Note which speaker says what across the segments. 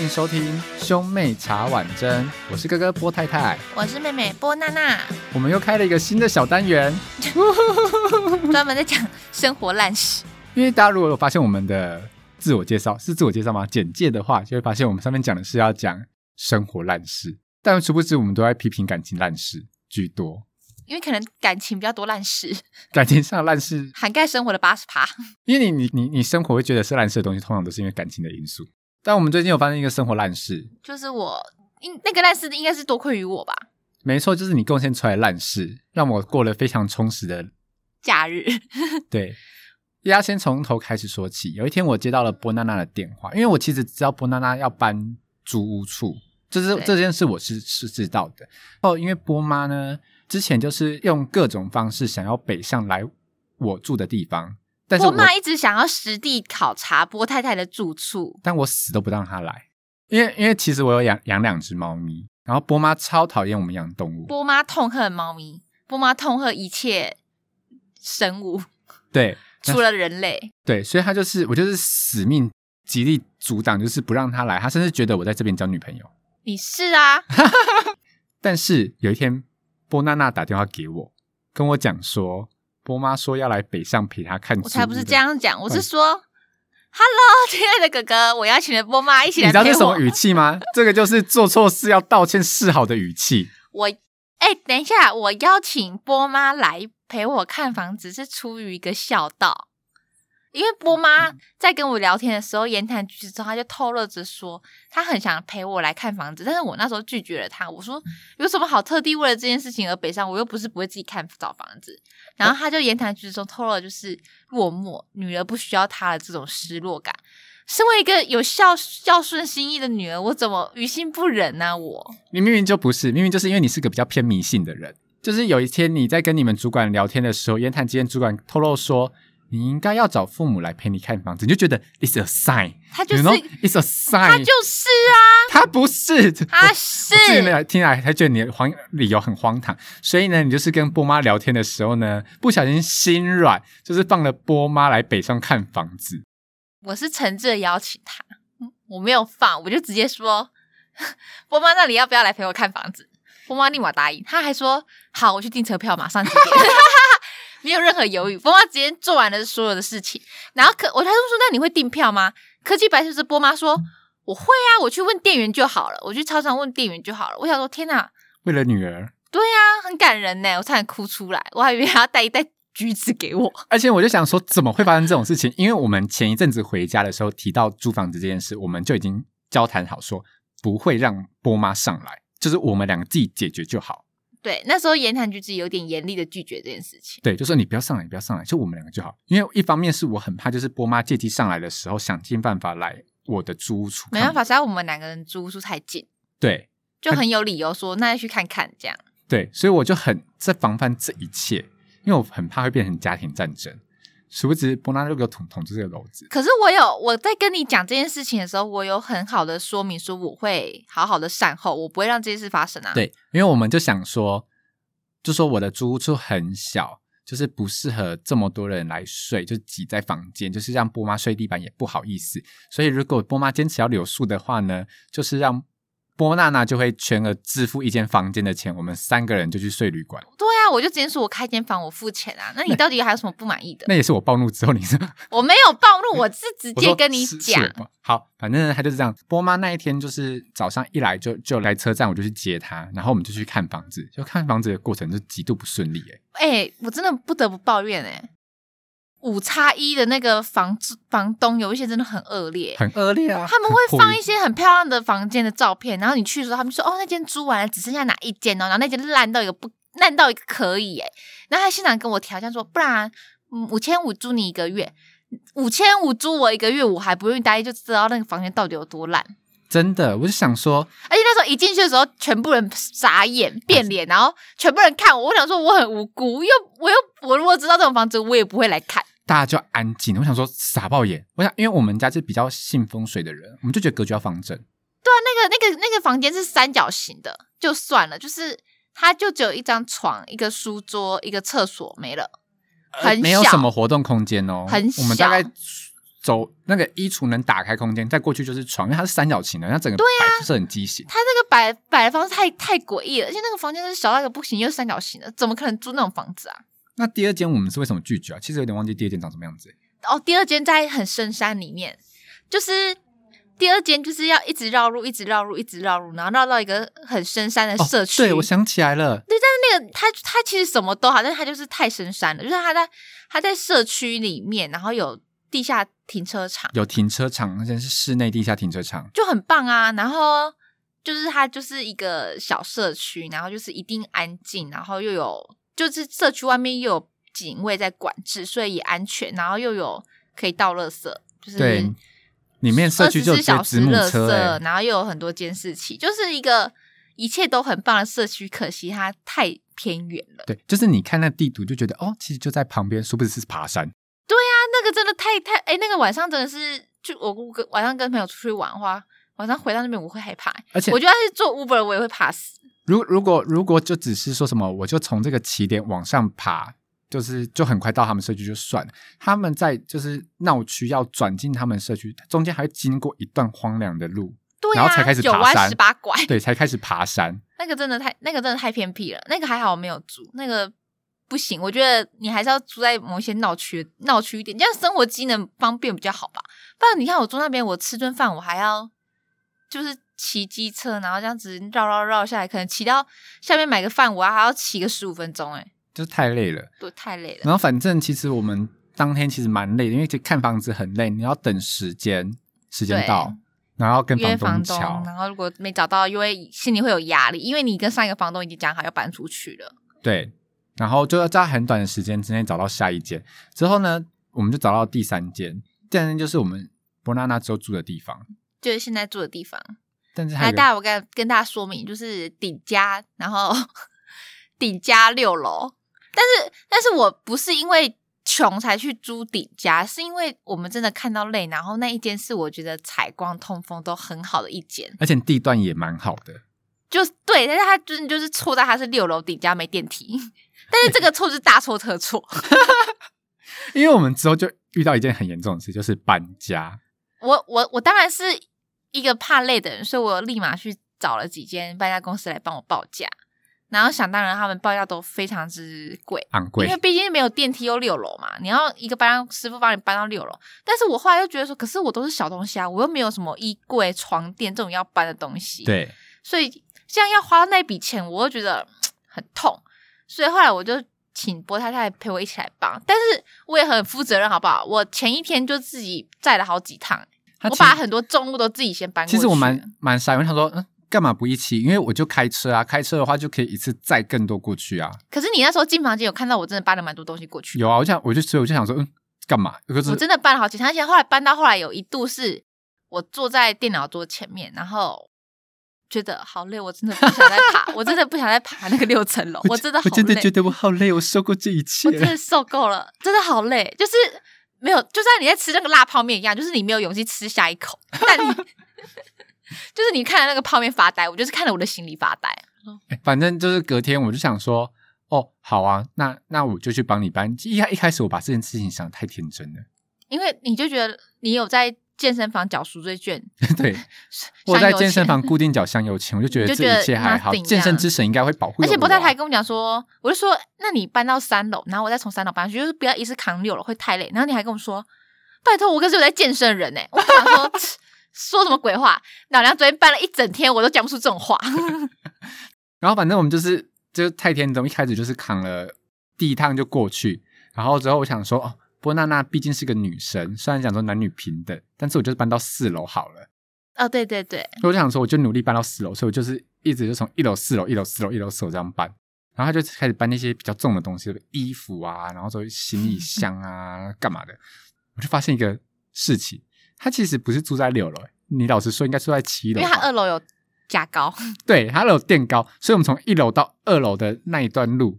Speaker 1: 迎收听兄妹茶碗蒸，我是哥哥波太太，
Speaker 2: 我是妹妹波娜娜，
Speaker 1: 我们又开了一个新的小单元。
Speaker 2: 专门在讲生活烂事。
Speaker 1: 因为大家如果有发现我们的自我介绍是自我介绍吗？简介的话，就会发现我们上面讲的是要讲生活烂事，但殊不知我们都在批评感情烂事居多，
Speaker 2: 因为可能感情比较多烂事，
Speaker 1: 感情上的烂事，
Speaker 2: 涵盖生活的八十趴。
Speaker 1: 因为你你你你生活会觉得是烂事的东西，通常都是因为感情的因素。但我们最近有发现一个生活烂事，
Speaker 2: 就是我应那个烂事应该是多亏于我吧。
Speaker 1: 没错，就是你贡献出来的烂事，让我过了非常充实的
Speaker 2: 假日，
Speaker 1: 对，要先从头开始说起。有一天我接到了波娜娜的电话，因为我其实知道波娜娜要搬租屋处，就是
Speaker 2: 对
Speaker 1: 这件事我是是知道的。哦，因为波妈呢之前就是用各种方式想要北上来我住的地方，但是
Speaker 2: 波
Speaker 1: 我
Speaker 2: 妈一直想要实地考察波太太的住处，
Speaker 1: 但我死都不让她来，因为因为其实我有养养两只猫咪，然后波妈超讨厌我们养动物，
Speaker 2: 波妈痛恨猫咪，波妈痛恨一切生物，
Speaker 1: 对，
Speaker 2: 除了人类。
Speaker 1: 对，所以他就是我就是死命极力阻挡，就是不让他来。他甚至觉得我在这边交女朋友。
Speaker 2: 你是 啊，
Speaker 1: 但是有一天，波娜娜打电话给我，跟我讲说，波妈说要来北上陪她看。
Speaker 2: 我才不是这。样讲，我是说。Hello，亲爱的哥哥，我邀请了波妈一起
Speaker 1: 你
Speaker 2: 来
Speaker 1: 知道
Speaker 2: 陪
Speaker 1: 这是什
Speaker 2: 我
Speaker 1: 么。语气吗？这个就是做错事要道歉示好的语气。
Speaker 2: 我哎、等一下，我邀请波妈来陪我看房子是出于一个孝道，因为波妈在跟我聊天的时候，言谈举止中，她就透露着说，她很想陪我来看房子，但是我那时候拒绝了她，我说有什么好特地为了这件事情而北上，我又不是不会自己看找房子。然后她就言谈举止中透露了就是落寞，女儿不需要她的这种失落感。身为一个有孝孝顺心意的女儿，我怎么于心不忍呢、我
Speaker 1: 你明明就不是，明明就是因为你是个比较偏迷信的人。就是有一天你在跟你们主管聊天的时候，言谈之间主管透露说，你应该要找父母来陪你看房子，你就觉得 it's a sign，
Speaker 2: 她就是
Speaker 1: you know it's a sign，
Speaker 2: 他就是啊，
Speaker 1: 他不是，
Speaker 2: 他
Speaker 1: 我
Speaker 2: 啊是
Speaker 1: 我自己来听来还觉得你的荒理由很荒唐，所以呢，你就是跟波妈聊天的时候呢，不小心心软，就是放了波妈来北上看房子。
Speaker 2: 我是诚挚的邀请他，嗯我没有放，我就直接说， 波妈那里要不要来陪我看房子？波妈立马答应，他还说好，我去订车票，马上几点。 没有任何犹豫，波妈直接做完了所有的事情。然后可我他就说：“那你会订票吗？”科技白就是波妈说：“我会啊，我去问店员就好了，我去超商问店员就好了。”我想说：“天哪，
Speaker 1: 为了女儿，
Speaker 2: 对啊，很感人呢，我差点哭出来，我还以为他要带一袋橘子给我。”
Speaker 1: 而且我就想说，怎么会发生这种事情？因为我们前一阵子回家的时候提到租房子这件事，我们就已经交谈好说不会让波妈上来，就是我们两个自己解决就好。
Speaker 2: 对，那时候言谈举止有点严厉的拒绝这件事情。
Speaker 1: 对，就说你不要上来，你不要上来，就我们两个就好。因为一方面是我很怕，就是波妈借机上来的时候，想尽办法来我的租屋处，
Speaker 2: 没办法，只要我们两个人租住太近，
Speaker 1: 对
Speaker 2: 就很有理由说那要去看看这样。
Speaker 1: 对，所以我就很在防范这一切，因为我很怕会变成家庭战争。殊不知，波拉就给我捅捅出这个篓子。
Speaker 2: 可是我有我在跟你讲这件事情的时候，我有很好的说明说我会好好的善后，我不会让这件事发生啊。，
Speaker 1: 对，因为我们就想说，就说我的租屋处很小，就是不适合这么多人来睡，就挤在房间，就是让波妈睡地板也不好意思。所以如果波妈坚持要留宿的话呢，就是让波娜娜就会全额支付一间房间的钱，我们三个人就去睡旅馆。
Speaker 2: 对啊，我就直接说我开间房我付钱 啊。那你到底还有什么不满意的？
Speaker 1: 那也是我暴怒之后，你是
Speaker 2: 我没有暴怒，我是直
Speaker 1: 我
Speaker 2: 接
Speaker 1: 说
Speaker 2: 跟你
Speaker 1: 是是
Speaker 2: 讲
Speaker 1: 我。吗好，反正他就是这样。波妈那一天就是早上一来就就来车站，我就去接她，然后我们就去看房子。就看房子的过程就极度不顺利、欸，
Speaker 2: 哎、我真的不得不抱怨哎、五叉一的那个房租房东有一些真的很恶劣，
Speaker 1: 很恶劣啊。
Speaker 2: 他们
Speaker 1: 很
Speaker 2: 会
Speaker 1: 迫于
Speaker 2: 放一些很漂亮的房间的照片，然后你去的时候，他们说哦那间租完了，只剩下哪一间哦，然后那间烂到一个不烂到一个可以哎，然后他现场跟我调价说，不然嗯五千五租你一个月，五千五租我一个月，我还不愿意待，就知道那个房间到底有多烂。
Speaker 1: 真的，我就想说，
Speaker 2: 而且那时候一进去的时候，全部人傻眼变脸，然后全部人看我，我想说我很无辜，又我又我如果知道这种房子，我也不会来看。
Speaker 1: 大家就安静。我想说傻爆眼，我想因为我们家是比较信风水的人，我们就觉得格局要方正。
Speaker 2: 那个那个那个房间是三角形的，就算了，就是它就只有一张床、一个书桌、一个厕所没了，
Speaker 1: 呃
Speaker 2: 很
Speaker 1: 没有
Speaker 2: 小
Speaker 1: 什么活动空间哦，
Speaker 2: 很
Speaker 1: 我们大
Speaker 2: 小
Speaker 1: 概走那个衣橱能打开空间，再过去就是床，因为它是三角形的，它整个
Speaker 2: 啊
Speaker 1: 摆设很畸形。
Speaker 2: 他这个摆摆的方式太太诡异了，而且那个房间是小到一个不行，又是三角形的，怎么可能租那种房子啊？
Speaker 1: 那第二间我们是为什么拒绝啊？其实有点忘记第二间长什么样子。
Speaker 2: 哦，第二间在很深山里面，就是第二间就是要一直绕路，一直绕路，一直绕路，然后绕到一个很深山的
Speaker 1: 哦
Speaker 2: 社区。
Speaker 1: 对，我想起来了，
Speaker 2: 那个他他其实什么都好，但是他就是太深山了，就是他在他在社区里面，然后有地下停车场，
Speaker 1: 有停车场，那间是室内地下停车场。
Speaker 2: 就很棒啊。然后就是它就是一个小社区，然后就是一定安静，然后又有就是社区外面又有警卫在管制，所以也安全，然后又有可以倒垃圾，就是
Speaker 1: 对，里面社区就
Speaker 2: 24
Speaker 1: 有
Speaker 2: 小
Speaker 1: 接
Speaker 2: 时
Speaker 1: 子母
Speaker 2: 垃
Speaker 1: 车、欸
Speaker 2: 圾，，然后又有很多监视器，就是一个一切都很棒的社区。可惜它太偏远了，
Speaker 1: 对，就是你看那地图就觉得哦，其实就在旁边，殊不知是爬山。
Speaker 2: 它那个真的太太哎，那个晚上真的是就我我跟晚上跟朋友出去玩的话，晚上回到那边我会害怕、
Speaker 1: 而且
Speaker 2: 我觉得要是坐 Uber 我也会怕死。
Speaker 1: 如如果如果就只是说什么，我就从这个起点往上爬，就是就很快到他们社区就算了。他们在就是闹区要转进他们社区，中间还会经过一段荒凉的路，
Speaker 2: 对
Speaker 1: 然后才
Speaker 2: 啊
Speaker 1: 开，始
Speaker 2: 九
Speaker 1: 爬
Speaker 2: 弯
Speaker 1: 山
Speaker 2: 十八拐，
Speaker 1: 对，才开始爬山。
Speaker 2: 那个真的太那个真的太偏僻了。那个还好我没有租，那个不行。我觉得你还是要住在某一些闹区闹区一点，这样生活机能方便比较好吧。不然你看我住那边，我吃顿饭我还要就是骑机车，然后这样子绕绕绕下来，可能骑到下面买个饭，我还要骑个十五分钟、欸，哎，
Speaker 1: 就是太累了，
Speaker 2: 都太累了。
Speaker 1: 然后反正其实我们当天其实蛮累的，因为其实看房子很累，你要等时间，时间
Speaker 2: 对
Speaker 1: 到，然后跟
Speaker 2: 约
Speaker 1: 房
Speaker 2: 房
Speaker 1: 敲，
Speaker 2: 东，然后如果没找到，因为心里会有压力，因为你跟上一个房东已经讲好要搬出去了。
Speaker 1: 对，然后就要在很短的时间之内找到下一间。之后呢，我们就找到第三间，第三间就是我们伯纳纳州住的地方。
Speaker 2: 就是现在住的地方，
Speaker 1: 但是还有
Speaker 2: 来，
Speaker 1: 一
Speaker 2: 大
Speaker 1: 个
Speaker 2: 家我跟跟大家说明，就是顶家，然后 顶家六楼。但是，但是我不是因为穷才去租顶家，是因为我们真的看到累，然后那一间是我觉得采光、通风都很好的一间，
Speaker 1: 而且地段也蛮好的，
Speaker 2: 就是对，但是它真的就是错在它是六楼顶家没电梯， 但是这个错是大错特错。
Speaker 1: 因为我们之后就遇到一件很严重的事，就是搬家。
Speaker 2: 我我我当然是一个怕累的人，所以我立马去找了几间搬家公司来帮我报价，然后想当然他们报价都非常之贵。
Speaker 1: 昂贵
Speaker 2: 因为，毕竟没有电梯，又六楼嘛，你要一个搬师傅帮你搬到六楼。但是我后来又觉得说，可是我都是小东西啊，我又没有什么衣柜、床垫这种要搬的东西，，
Speaker 1: 对，
Speaker 2: 所以这样要花到那笔钱，我又觉得嘖很痛。所以后来我就请波太太陪我一起来帮，但是我也很负责任，好不好？我前一天就自己载了好几趟，
Speaker 1: 它其
Speaker 2: 我
Speaker 1: 实
Speaker 2: 把很多重物都自己先搬过去。
Speaker 1: 其实我蛮蛮傻，我想说，嗯，干嘛不一起？因为我就开车啊，开车的话就可以一次载更多过去啊。
Speaker 2: 可是你那时候进房间有看到我真的搬了蛮多东西过去，
Speaker 1: 有啊，我想，我就所以我就想说，嗯，干嘛？可
Speaker 2: 我
Speaker 1: 是
Speaker 2: 真的搬了好几趟，而且后来搬到后来有一度是我坐在电脑桌前面，然后觉得好累，我真的不想再 爬，我真的不想再爬那个六层楼，我真的好
Speaker 1: 我真的觉
Speaker 2: 累，
Speaker 1: 得我好累，我受够这一切
Speaker 2: 我
Speaker 1: 了。
Speaker 2: 真的受够了，真的好累，就是没有，就像你在吃那个辣泡面一样，就是你没有勇气吃下一 口，但你 就是你看着那个泡面发呆，我就是看着我的行李发呆。
Speaker 1: 反正就是隔天我就想说，哦，好啊，那那我就去帮你搬。一开一开始我把这件事情想得太天真了，
Speaker 2: 因为你就觉得你有在健身房缴赎罪券，
Speaker 1: 对
Speaker 2: 香
Speaker 1: 我在
Speaker 2: 油
Speaker 1: 健身
Speaker 2: 钱，
Speaker 1: 房固定脚香油钱，我就觉
Speaker 2: 你
Speaker 1: 得
Speaker 2: 就
Speaker 1: 这
Speaker 2: 觉得
Speaker 1: 一切还好，
Speaker 2: nothing 这
Speaker 1: 健身
Speaker 2: 样
Speaker 1: 之神应该会保护、我
Speaker 2: 而且波太太还
Speaker 1: 啊
Speaker 2: 跟我讲说，我就说，那你搬到三楼，然后我再从三楼搬上去，就是不要一次扛六楼会太累。然后你还跟我说，拜托，我可是有在健身的人呢、我想说 嘖说什么鬼话？老娘昨天搬了一整天，我都讲不出这 种话。
Speaker 1: 然后反正我们就是就是太天真，一开始就是扛了第一趟就过去，然后之后我想说，哦，波娜娜毕竟是个女生，虽然讲说男女平等，但是我就搬到四楼好了。
Speaker 2: 哦，对对对，
Speaker 1: 所以我就想说，我就努力搬到四楼，所以我就是一直就从一楼、四楼、一楼、四楼、一楼、四楼这样搬。然后他就开始搬那些比较重的东西，衣服啊，然后说行李箱啊，干嘛的。我就发现一个事情，他其实不是住在六楼，欸你老实说应该住在七
Speaker 2: 因
Speaker 1: 楼嗯
Speaker 2: 为
Speaker 1: 吧，
Speaker 2: 他二楼有加高，
Speaker 1: 对，他二楼有垫高，所以我们从一楼到二楼的那一段路，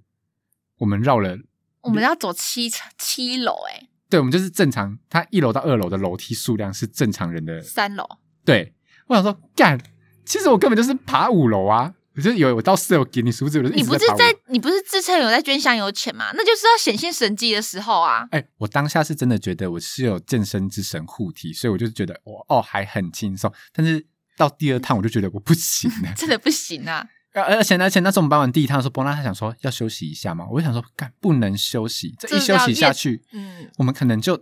Speaker 1: 我们绕了，
Speaker 2: 我们要走七七楼、欸，
Speaker 1: 对，我们就是正常，他一楼到二楼的楼梯数量是正常人的
Speaker 2: 哎，，三楼。
Speaker 1: 对。我想说，干，其实我根本就是爬五楼啊，我就有我到室友给你数字，我就一
Speaker 2: 你
Speaker 1: 直
Speaker 2: 不是
Speaker 1: 在打我
Speaker 2: 在你不是自称有在捐香油钱吗？那就是要显现神迹的时候啊！，
Speaker 1: 哎、我当下是真的觉得我是有健身之神护体，所以我就觉得我哦还很轻松。但是到第二趟我就觉得我不行了
Speaker 2: 真的不行啊！
Speaker 1: 而而且而且那时候我们搬完第一趟的时候，波拉他想说要休息一下嘛，我就想说干不能休息，这一
Speaker 2: 真的
Speaker 1: 休
Speaker 2: 要
Speaker 1: 息下
Speaker 2: 越
Speaker 1: 去，
Speaker 2: 嗯，
Speaker 1: 我们可能就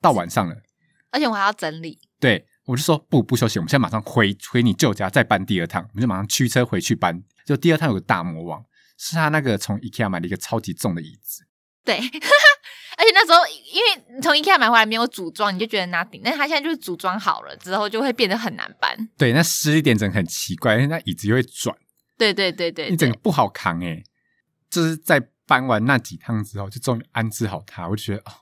Speaker 1: 到晚上了。
Speaker 2: 而且我还要整理，
Speaker 1: 对我就说不不休息，我们现在马上回回你舅家再搬第二趟，我们就马上驱车回去搬。就第二趟有个大魔王，是他那个从 IKEA 买了一个超级重的椅子，
Speaker 2: 对， 而且那时候因为你从 IKEA 买回来没有组装，你就觉得 nothing，但是它现在就是组装好了之后就会变得很难搬。
Speaker 1: 对，那施力点整个很奇怪，因为那椅子又会转。
Speaker 2: 对对对对
Speaker 1: 你整
Speaker 2: 对
Speaker 1: 个，不好扛哎、就是在搬完那几趟之后，就终于安置好它，我就觉得哦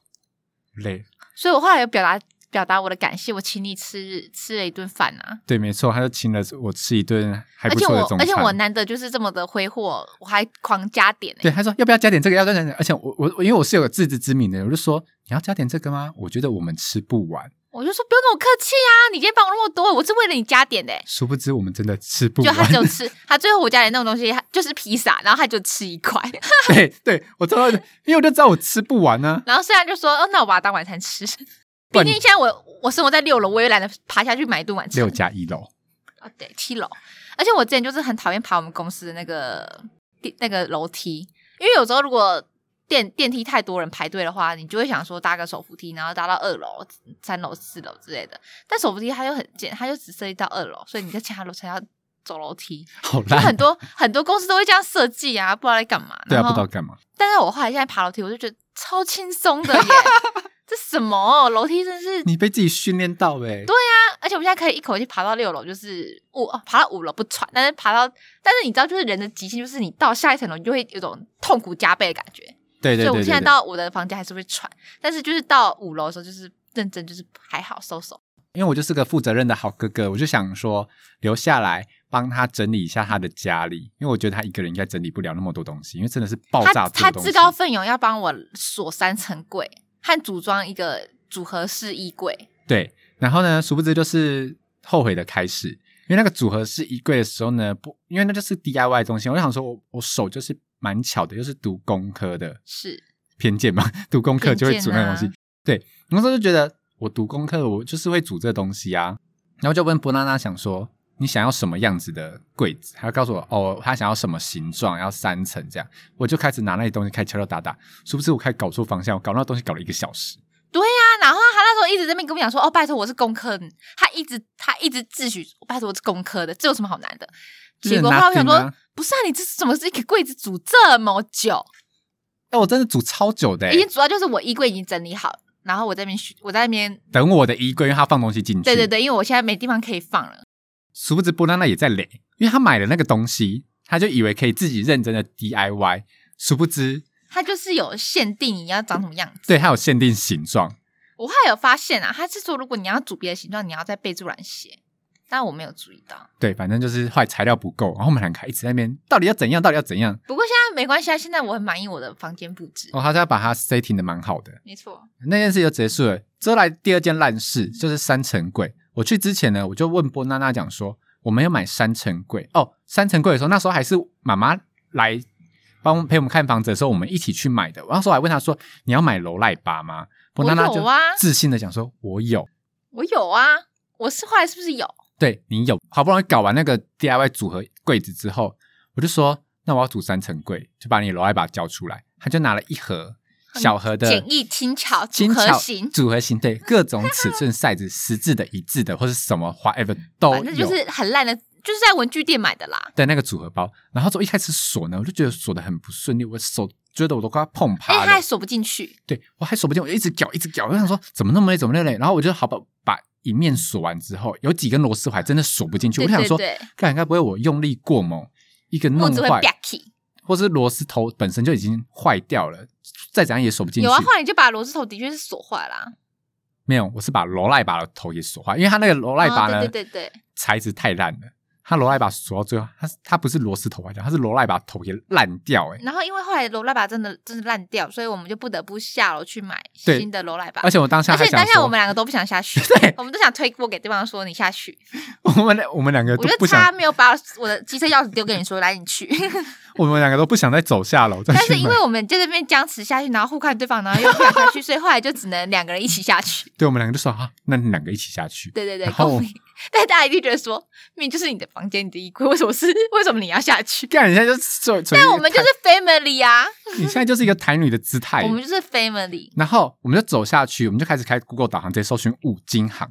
Speaker 1: 累了。
Speaker 2: 所以我后来有表达表达我的感谢，我请你吃吃了一顿饭啊，
Speaker 1: 对，没错，他就请了我吃一顿还
Speaker 2: 而
Speaker 1: 不
Speaker 2: 且
Speaker 1: 错
Speaker 2: 我
Speaker 1: 的中餐。
Speaker 2: 而且我难得就是这么的挥霍，我还狂加点哎、
Speaker 1: 对他说要不要加点这个，要不要加点这个。而且我我我因为我是有自知之明的，我就说你要加点这个吗？我觉得我们吃不完。
Speaker 2: 我就说不用跟我客气啊，你今天帮我那么多，我是为了你加点的、欸。
Speaker 1: 殊不知我们真的吃不
Speaker 2: 就他
Speaker 1: 完
Speaker 2: 只。有吃，他最后我家里那种东西他就是披萨，然后他就吃一块，
Speaker 1: 对对，我知道，因为我就知道我吃不完呢、
Speaker 2: 然后虽然就说哦，那我把它当晚餐吃。
Speaker 1: 不
Speaker 2: 毕
Speaker 1: 然
Speaker 2: 竟现在我我生活在六楼，我也懒得爬下去买一顿晚餐
Speaker 1: 六。加一 楼，
Speaker 2: 啊，对，七楼。而且我之前就是很讨厌爬我们公司的那个地那个楼梯，因为有时候如果电电梯太多人排队的话，你就会想说搭个手扶梯，然后搭到二楼、三楼、四楼之类的。但手扶梯它就很贱，它就只设计到二楼，所以你在其他楼层要走楼梯。
Speaker 1: 好
Speaker 2: 就很
Speaker 1: 烂。
Speaker 2: 多 很多公司都会这样设计啊，不知道在干嘛。
Speaker 1: 对啊，
Speaker 2: 然
Speaker 1: 不
Speaker 2: 后
Speaker 1: 知道干嘛。
Speaker 2: 但是我后来现在爬楼梯，我就觉得超轻松 的耶。这什么楼梯真是，啊
Speaker 1: 你被自己训练到欸呗、对，
Speaker 2: 而且我们现在可以一口气爬到六楼，就是五哦，爬到五楼不喘，但是爬到，但是你知道，就是人的极限，就是你到下一层楼，你就会有种痛苦加倍的感觉。
Speaker 1: 对对
Speaker 2: 所以
Speaker 1: 对
Speaker 2: 我
Speaker 1: 对
Speaker 2: 现在
Speaker 1: 对
Speaker 2: 到我的房间还是会喘，但是就是到五楼的时候，就是认真，就是还好收手。
Speaker 1: 因为我就是个负责任的好哥哥，我就想说留下来帮他整理一下他的家里，因为我觉得他一个人应该整理不了那么多东西，因为真的是爆炸多
Speaker 2: 他
Speaker 1: 的
Speaker 2: 他
Speaker 1: 东
Speaker 2: 自
Speaker 1: 西。
Speaker 2: 告奋勇要帮我锁三层柜和组装一个组合式衣柜，
Speaker 1: 对，然后呢，殊不知就是后悔的开始，因为那个组合是衣柜的时候呢，不，因为那就是 DIY 的东西，我就想说我我手就是蛮巧的，又是读工科的
Speaker 2: 是
Speaker 1: 偏见嘛， 读工科就会组那个东西，
Speaker 2: 偏见啊
Speaker 1: 对，那时候就觉得我读工科我就是会组这东西啊，然后就问波娜娜想说你想要什么样子的柜子，她告诉我哦，她想要什么形状，要三层这样，我就开始拿那些东西开始敲敲打打，殊不知我开始搞错方向，我搞那东西搞了一个小时，
Speaker 2: 啊，然后他那时候一直在那边跟我讲说，哦，拜托我是工科的，他一直他一直自诩，拜托我是工科的，这有什么好难的？
Speaker 1: 就是
Speaker 2: 结果后来我想
Speaker 1: nothing
Speaker 2: 说
Speaker 1: 啊，
Speaker 2: 不是啊，你这是怎么这个柜子煮这么久？
Speaker 1: 哎，我真的组超久的、欸，
Speaker 2: 已经主要就是我衣柜已经整理好了，然后我在那边学我在那边，
Speaker 1: 等我的衣柜，因为他放东西进去。
Speaker 2: 对对，对，因为我现在没地方可以放了，
Speaker 1: 殊不知波娜娜也在累，因为他买了那个东西，他就以为可以自己认真的 DIY，殊不知
Speaker 2: 它就是有限定你要长什么样子。
Speaker 1: 对他有限定形状。
Speaker 2: 我后来有发现啊，他是说如果你要组别的形状，你要在备注栏写，但我没有注意到。
Speaker 1: 对，反正就是后来材料不够，然后我们两个还一直在那边到底要怎样，到底要怎样。
Speaker 2: 不过现在没关系啊，现在我很满意我的房间布置，
Speaker 1: 哦，他就要把它 setting 的蛮好的，
Speaker 2: 没错，
Speaker 1: 那件事就结束了。之后来第二件烂事就是三层柜。我去之前呢，我就问波娜娜讲说，我们要买三层柜哦。三层柜的时候，那时候还是妈妈来帮陪我们看房子的时候，我们一起去买的。我那时候还问她说，你要买楼赖吧吗？波娜娜
Speaker 2: 我
Speaker 1: 就
Speaker 2: 有啊
Speaker 1: 自信的讲说，我有。
Speaker 2: 我有啊，我是后来是不是有？
Speaker 1: 对你有，好不容易搞完那个 DIY 组合柜子之后，我就说，那我要组三层柜，就把你楼赖把交出来。他就拿了一盒小盒的
Speaker 2: 简易轻巧
Speaker 1: 轻
Speaker 2: 组合
Speaker 1: 巧
Speaker 2: 型
Speaker 1: 组合型，对各种尺寸、size、十字的、一致的，或是什么 whatever 都
Speaker 2: 反正就
Speaker 1: 哦有
Speaker 2: 是很烂的，就是在文具店买的啦。
Speaker 1: 的那个组合包。然后从一开始锁呢，我就觉得锁的很不顺利，我手觉得我都快要碰
Speaker 2: 哎，
Speaker 1: 趴
Speaker 2: 它还
Speaker 1: 了，
Speaker 2: 锁不进去，
Speaker 1: 对我还锁不进，我一直绞，一直绞，我就想说怎么那么累，怎么那么累。然后我就好把把一面锁完之后，有几根螺丝我还真的锁不进去，
Speaker 2: 对
Speaker 1: 我就想
Speaker 2: 对
Speaker 1: 说，
Speaker 2: 对，
Speaker 1: 看该不会我用力过猛，一个
Speaker 2: 木
Speaker 1: 弄
Speaker 2: 子会
Speaker 1: 坏，
Speaker 2: 啪起。
Speaker 1: 或是螺丝头本身就已经坏掉了，再怎样也锁不进去。
Speaker 2: 有啊，后来你就把螺丝头的确是锁坏啦。
Speaker 1: 没有，我是把罗赖把的头也锁坏，因为它那个罗赖把呢，
Speaker 2: 哦对对对对，
Speaker 1: 材质太烂了，他罗赖把锁到最后，他他不是螺丝头坏掉，他是罗赖把头给烂掉、欸，哎，
Speaker 2: 然后因为后来罗赖把真的 真的烂掉，所以我们就不得不下楼去买
Speaker 1: 对
Speaker 2: 新的罗赖把。
Speaker 1: 而且我当下
Speaker 2: 而
Speaker 1: 还
Speaker 2: 且
Speaker 1: 想
Speaker 2: 当下
Speaker 1: 说，，
Speaker 2: 我们两个都不想下去
Speaker 1: 对
Speaker 2: 我们都想推锅给对方说你下去。
Speaker 1: 我们我们两个
Speaker 2: 我
Speaker 1: 都
Speaker 2: 觉
Speaker 1: 不
Speaker 2: 得
Speaker 1: 想
Speaker 2: 他没有把我的机车钥匙丢给你说来 你去，
Speaker 1: 我们两个都不想再走下楼，再
Speaker 2: 但
Speaker 1: 去
Speaker 2: 是
Speaker 1: 买。
Speaker 2: 因为我们在这边僵持下去，然后互看对方，然后又不想下去，所以后来就只能两个人一起下去。
Speaker 1: 对我们两个就说啊，那你两个一起下去。
Speaker 2: 对对对，
Speaker 1: 然后
Speaker 2: 公平。 但大家一定觉得说，明明就是你的房间，你的衣柜，为什么是为什么你要下去？
Speaker 1: 干，你现在就是嘴嘴，
Speaker 2: 但我们就是 family 啊，
Speaker 1: 你现在就是一个台女的姿态
Speaker 2: 我。们就是 family。
Speaker 1: 然后我们就走下去，我们就开始开 Google 导航，直接搜寻五金行。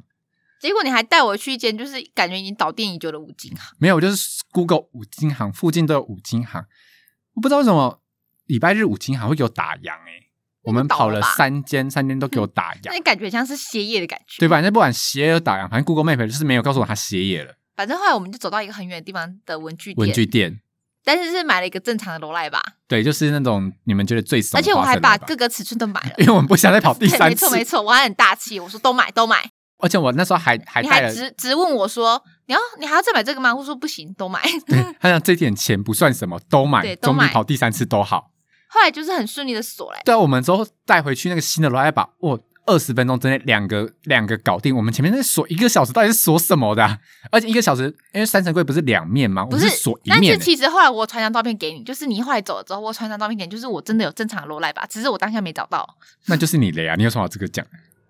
Speaker 2: 结果你还带我去一间就是感觉已经倒店已久的五金行，
Speaker 1: 没有，我就是 Google 五金行附近都有五金行。我不知道为什么礼拜日五金行会给我打烊诶、我们跑了
Speaker 2: 倒了吧
Speaker 1: 三间，三间都给我打烊
Speaker 2: 那，你感觉像是歇业的感觉。
Speaker 1: 对吧？那不管鞋有打烊，反正 Google Map 就是没有告诉我它歇业了。
Speaker 2: 反正后来我们就走到一个很远的地方的文具店，
Speaker 1: 文具店，
Speaker 2: 但是是买了一个正常的罗赖吧，
Speaker 1: 对，就是那种你们觉得最怂
Speaker 2: 而
Speaker 1: 的
Speaker 2: 且我
Speaker 1: 花
Speaker 2: 还
Speaker 1: 生
Speaker 2: 把
Speaker 1: 奶吧，
Speaker 2: 各个尺寸都买了。
Speaker 1: 因为我们不想再跑第
Speaker 2: 对，
Speaker 1: 三
Speaker 2: 没
Speaker 1: 次
Speaker 2: 错，没错，我还很大气，我说都买都买，
Speaker 1: 而且我那时候还还
Speaker 2: 你
Speaker 1: 带
Speaker 2: 还
Speaker 1: 了，
Speaker 2: 直直问我说你要你还要再买这个吗？我说不行，都买。
Speaker 1: 对，他讲这点钱不算什么，都买，
Speaker 2: 嗯对都
Speaker 1: 总
Speaker 2: 买
Speaker 1: 比跑第三次都好。
Speaker 2: 后来就是很顺利的锁嘞，
Speaker 1: 对啊，我们之后带回去那个新的罗莱把，哇，二十分钟之内两个两个搞定。我们前面那锁一个小时到底是锁什么的啊、而且一个小时，因为三层柜不是两面吗？我
Speaker 2: 不
Speaker 1: 们锁一
Speaker 2: 但是
Speaker 1: 面、欸。
Speaker 2: 其实后来我传张照片给你，就是你后来走了之后，我传张照片给你，就是我真的有正常的罗赖吧，只是我当下没找到
Speaker 1: 那就是你雷啊！你有什么好这个讲？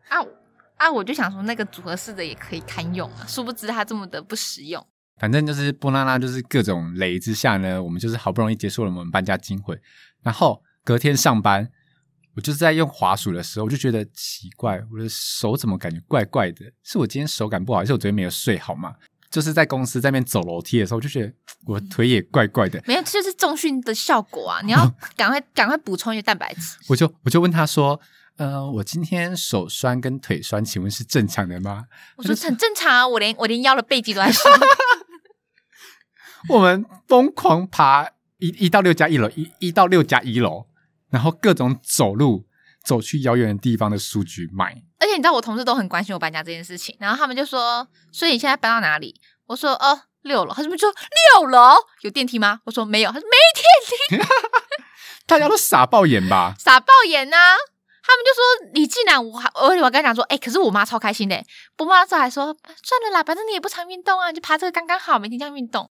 Speaker 2: 啊我啊，我就想说那个组合式的也可以堪用啊，殊不知它这么的不实用。
Speaker 1: 反正就是波拉拉，就是各种雷之下呢，我们就是好不容易结束了我们搬家惊魂。然后隔天上班，我就是在用滑鼠的时候，我就觉得奇怪，我的手怎么感觉怪怪的？是我今天手感不好，还是我昨天没有睡好吗？就是在公司在那边走楼梯的时候，我就觉得我腿也怪怪的，
Speaker 2: 没有，这就是重训的效果啊！你要赶快赶快补充一些蛋白质。
Speaker 1: 我就我就问他说：“呃，我今天手酸跟腿酸，请问是正常的吗
Speaker 2: 我说很正常啊，我连我连腰的背肌都在酸。？”
Speaker 1: 我们疯狂爬一一到六加一楼，一一到六加一楼，然后各种走路走去遥远的地方的书局买。
Speaker 2: 而且你知道，我同事都很关心我搬家这件事情，然后他们就说：“所以你现在搬到哪里？”我说：“哦，六楼。”他们就说：“六楼有电梯吗？”我说：“没有。”他说：“没电
Speaker 1: 大家都傻爆眼 吧？
Speaker 2: 梯，傻爆眼呐、他们就说：“你竟然我还……我我跟他讲说，哎、可是我妈超开心的。我妈那时候还说：“算了啦，反正你也不常运动啊，你就爬这个刚刚好，每天这样运动。”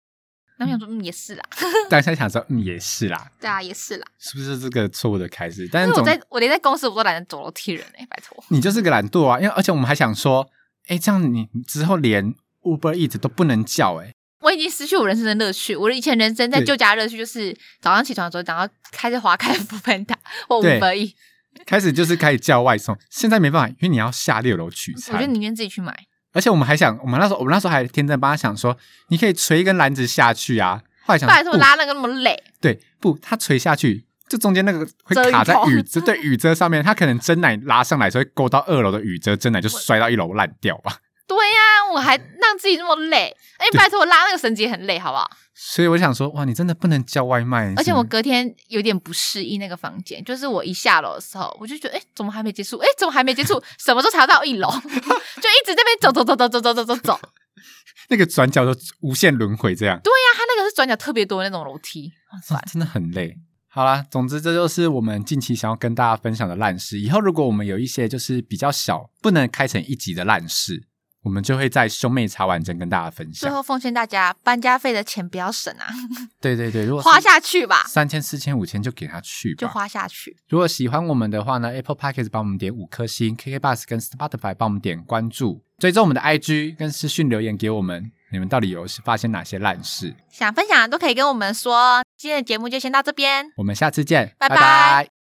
Speaker 2: 然后我想说：“嗯，也是啦，
Speaker 1: 大家想说，嗯，也是啦，
Speaker 2: 对啊，也是啦。
Speaker 1: 是不是这个错误的开始？但
Speaker 2: 因
Speaker 1: 是
Speaker 2: 为
Speaker 1: 总
Speaker 2: 我在我连在公司我都懒得走楼梯人哎、拜托。
Speaker 1: 你就是个懒惰啊！因为而且我们还想说，哎，这样你之后连 Uber Eat 都不能叫、诶
Speaker 2: 我已经失去我人生的乐趣。我的以前人生在
Speaker 1: 对
Speaker 2: 旧家乐趣就是早上起床的时候，然后开始滑开福喷达或五
Speaker 1: 对
Speaker 2: 百亿，
Speaker 1: 哎，开始就是开始叫外送。现在没办法，因为你要下六楼取
Speaker 2: 我
Speaker 1: 餐。
Speaker 2: 就宁愿自己去买。
Speaker 1: 而且我们还想，我们那时候我们那时候还天真帮他想说，你可以垂一根篮子下去啊。后来
Speaker 2: 不
Speaker 1: 想
Speaker 2: 然
Speaker 1: 说
Speaker 2: 说
Speaker 1: 不，
Speaker 2: 拉那个那么累，
Speaker 1: 对不，它垂下去，就中间那个会
Speaker 2: 遮雨
Speaker 1: 卡在
Speaker 2: 棚
Speaker 1: 雨遮对雨遮上面，它可能真奶拉上来的时候会勾到二楼的雨遮，真奶就摔到一楼烂掉吧。
Speaker 2: 对呀、我还让自己那么累。哎，
Speaker 1: 对
Speaker 2: 拜托，我拉那个绳子也很累，好不好？
Speaker 1: 所以我想说，哇，你真的不能叫外卖。
Speaker 2: 而且
Speaker 1: 是
Speaker 2: 我隔天有点不适应那个房间，就是我一下楼的时候，我就觉得，哎，怎么还没结束？哎，怎么还没结束？什么时候才要到一楼？ 就一直这边走走走走走走走走走。对
Speaker 1: 那个转角就无限轮回这样，
Speaker 2: 呀、它那个是转角特别多的那种楼梯，很烦
Speaker 1: 哇。真的很累。好啦，总之这就是我们近期想要跟大家分享的烂事。以后如果我们有一些就是比较小，不能开成一集的烂事，我们就会在兄妹茶碗蒸跟大家分
Speaker 2: 最
Speaker 1: 享。
Speaker 2: 后奉劝大家，搬家费的钱不要省啊，
Speaker 1: 对对对，如果是
Speaker 2: 花下去吧，
Speaker 1: 三千、四千、五千就给他去
Speaker 2: 就
Speaker 1: 吧。
Speaker 2: 花下去。
Speaker 1: 如果喜欢我们的话呢，Apple Podcast 帮我们点五颗星，KK Bus 跟 Spotify 帮我们点关注，追踪我们的 IG 跟私讯留言给我们，你们到底有发现哪些烂事？
Speaker 2: 想分享的都可以跟我们说。今天的节目就先到这边，
Speaker 1: 我们下次见，
Speaker 2: 拜拜
Speaker 1: 拜